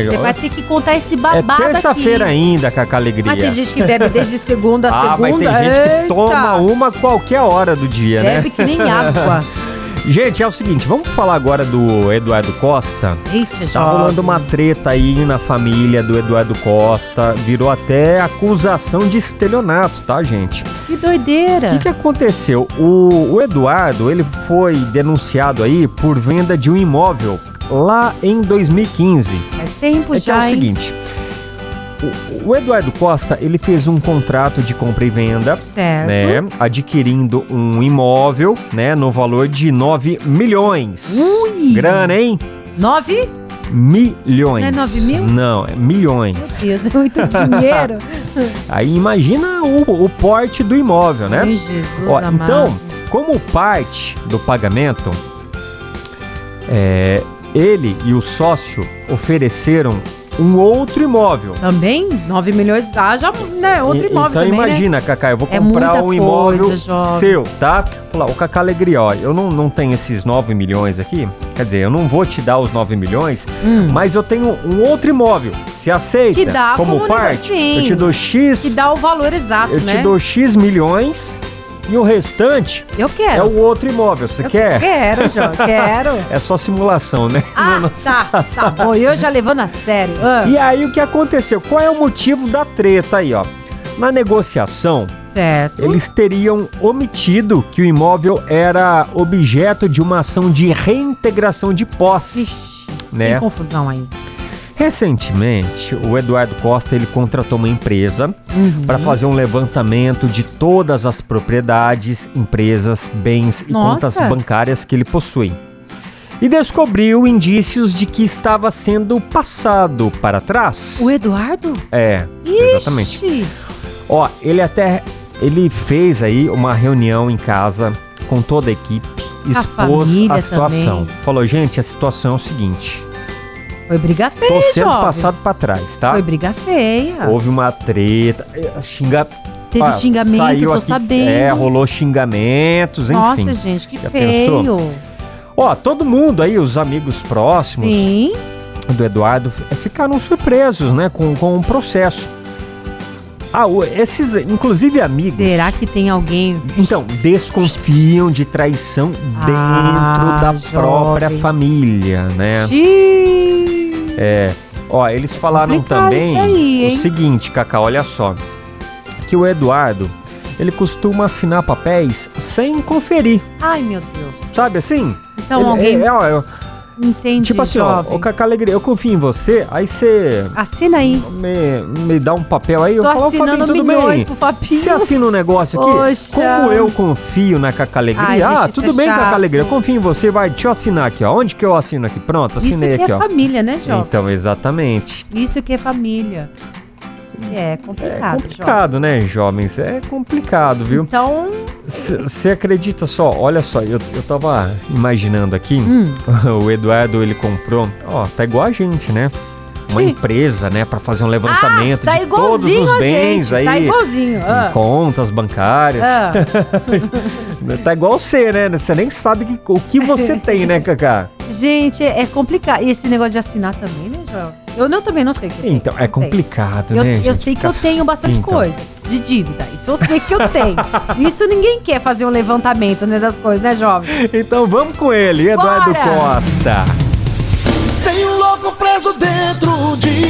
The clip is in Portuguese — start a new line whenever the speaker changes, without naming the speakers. Você vai ter que contar esse babado
É
aqui.
terça-feira ainda, Cacá Alegria.
Mas tem gente que bebe desde segunda a
ah, mas
segunda.
tem gente
Eita!
que toma uma qualquer hora do dia, né?
Bebe que nem água.
Gente, é o seguinte, vamos falar agora do Eduardo Costa.
Eita,
Tá
jovem.
rolando uma treta aí na família do Eduardo Costa. Virou até acusação de estelionato, tá, gente?
Que
O que,
doideira.
que aconteceu? O, o Eduardo, ele foi denunciado aí por venda de um imóvel lá em 2015.
Faz tempo
É que é o
já, hein?
seguinte, o, o Eduardo Costa, ele fez um contrato de compra e venda,
Certo.
né, adquirindo um imóvel, né, no valor de 9 milhões.
Ui!
Grana, hein?
Nove?
Milhões.
Não é 9 mil?
Não, é
Meu
milhões.
Deus, é muito dinheiro.
Aí imagina o, o porte do imóvel, né?
Ai, Jesus
Ó,
amado.
então, como parte do pagamento, é, ele e o sócio ofereceram um outro imóvel.
Também, 9 milhões, haja né, outro
E-
imóvel
então
também, né?
imagina, Cacá, eu vou
É
comprar
muita
um imóvel
coisa, jovem.
seu, tá? Falar, o Cacá Alegria, ó, eu não, não tenho esses 9 milhões aqui, quer dizer, eu não vou te dar os 9 milhões,
Hum,
mas eu tenho um outro imóvel. Se aceita
Que dá
como
como
parte,
negocinho.
eu te dou X,
que dá o valor exato,
eu
né?
te dou X milhões e o restante
Eu
é
quero.
o é? outro imóvel. Você
Eu
quer?
Quero, Jô, quero.
É só simulação, né?
Ah, tá, tá. Pô, eu já levando a sério. Ah,
E aí o que aconteceu? Qual é o motivo da treta aí, ó? Na negociação,
certo.
eles teriam omitido que o imóvel era objeto de uma ação de reintegração de posse,
Ixi,
né?
Tem confusão ainda.
Recentemente, o Eduardo Costa ele contratou uma empresa
Uhum.
para fazer um levantamento de todas as propriedades, empresas, bens e
Nossa.
contas bancárias que ele possui. E descobriu indícios de que estava sendo passado para trás.
O Eduardo?
É, exatamente.
Ixi.
Ó, ele até ele fez aí uma reunião em casa com toda a equipe, expôs a,
família
situação.
também.
Falou, gente, a situação é o seguinte,
Foi briga feia,
tô sendo
jovem.
passado para trás, tá?
Foi briga feia.
Houve uma treta, eh, xinga,
Teve
Ah,
xingamento,
saiu
eu tô
aqui-
sabendo.
É, rolou xingamentos, enfim.
Nossa, gente, que
Já
feio.
pensou? Ó, todo mundo aí, os amigos próximos
Sim.
do Eduardo, f- ficaram surpresos, né, com, com o processo. Ah, o- esses, inclusive amigos,
Será que tem alguém?
então, desconfiam de traição dentro
Ah,
da
jovem.
própria família, né? É,
Xiii.
Ó, eles falaram
Complicado
também
isso aí,
o
hein?
seguinte, Cacá, olha só, que o Eduardo, ele costuma assinar papéis sem conferir,
Ai, meu Deus.
sabe assim?
Então
Ele-
alguém
é, é, ó, é,
entende,
Tipo assim, ó,
jovem.
ó, Cacá Alegria, eu confio em você, aí você
Assina aí.
me, me dá um papel aí, eu
Tô
falo, "Ô, Fabinho,
assinando
tudo
milhões
bem.
pro Fabinho.
Você assina um negócio aqui?
Poxa.
Como eu confio na Cacá Alegria?
Ai, gente,
ah,
isso
tudo
é
bem, Cacá
chato.
Alegria, eu confio em você, vai, deixa eu assinar aqui, ó. Onde que eu assino aqui? Pronto,
Isso
assinei
que
aqui,
é
ó.
família, né, jovem?
Então, exatamente.
Isso que é família. É
É
complicado, jovem.
complicado, né, jovens? É complicado, viu?
Então,
Você acredita só, olha só, eu, eu tava imaginando aqui,
hum,
o Eduardo, ele comprou, ó, tá igual a gente, né? Uma
Sim.
empresa, né, Pra fazer um levantamento
tá
de todos
igualzinho
os
a
bens
gente.
aí,
Tá igualzinho.
em
ah,
contas bancárias.
ah.
Tá igual você, né? Você nem sabe que- o que você tem, né, Cacá?
Gente, é é complicado. E esse negócio de assinar também, né, jovem? Eu não, também não sei o que eu tenho,
Então, é
não tenho.
complicado,
Eu,
né?
eu
gente?
sei que
Fica
eu tenho bastante
então.
coisa de dívida. Isso eu sei que eu tenho. Isso ninguém quer fazer um levantamento né, das coisas, né, jovem?
Então vamos com ele, Eduardo
Bora!
Costa.
Tem um louco preso dentro de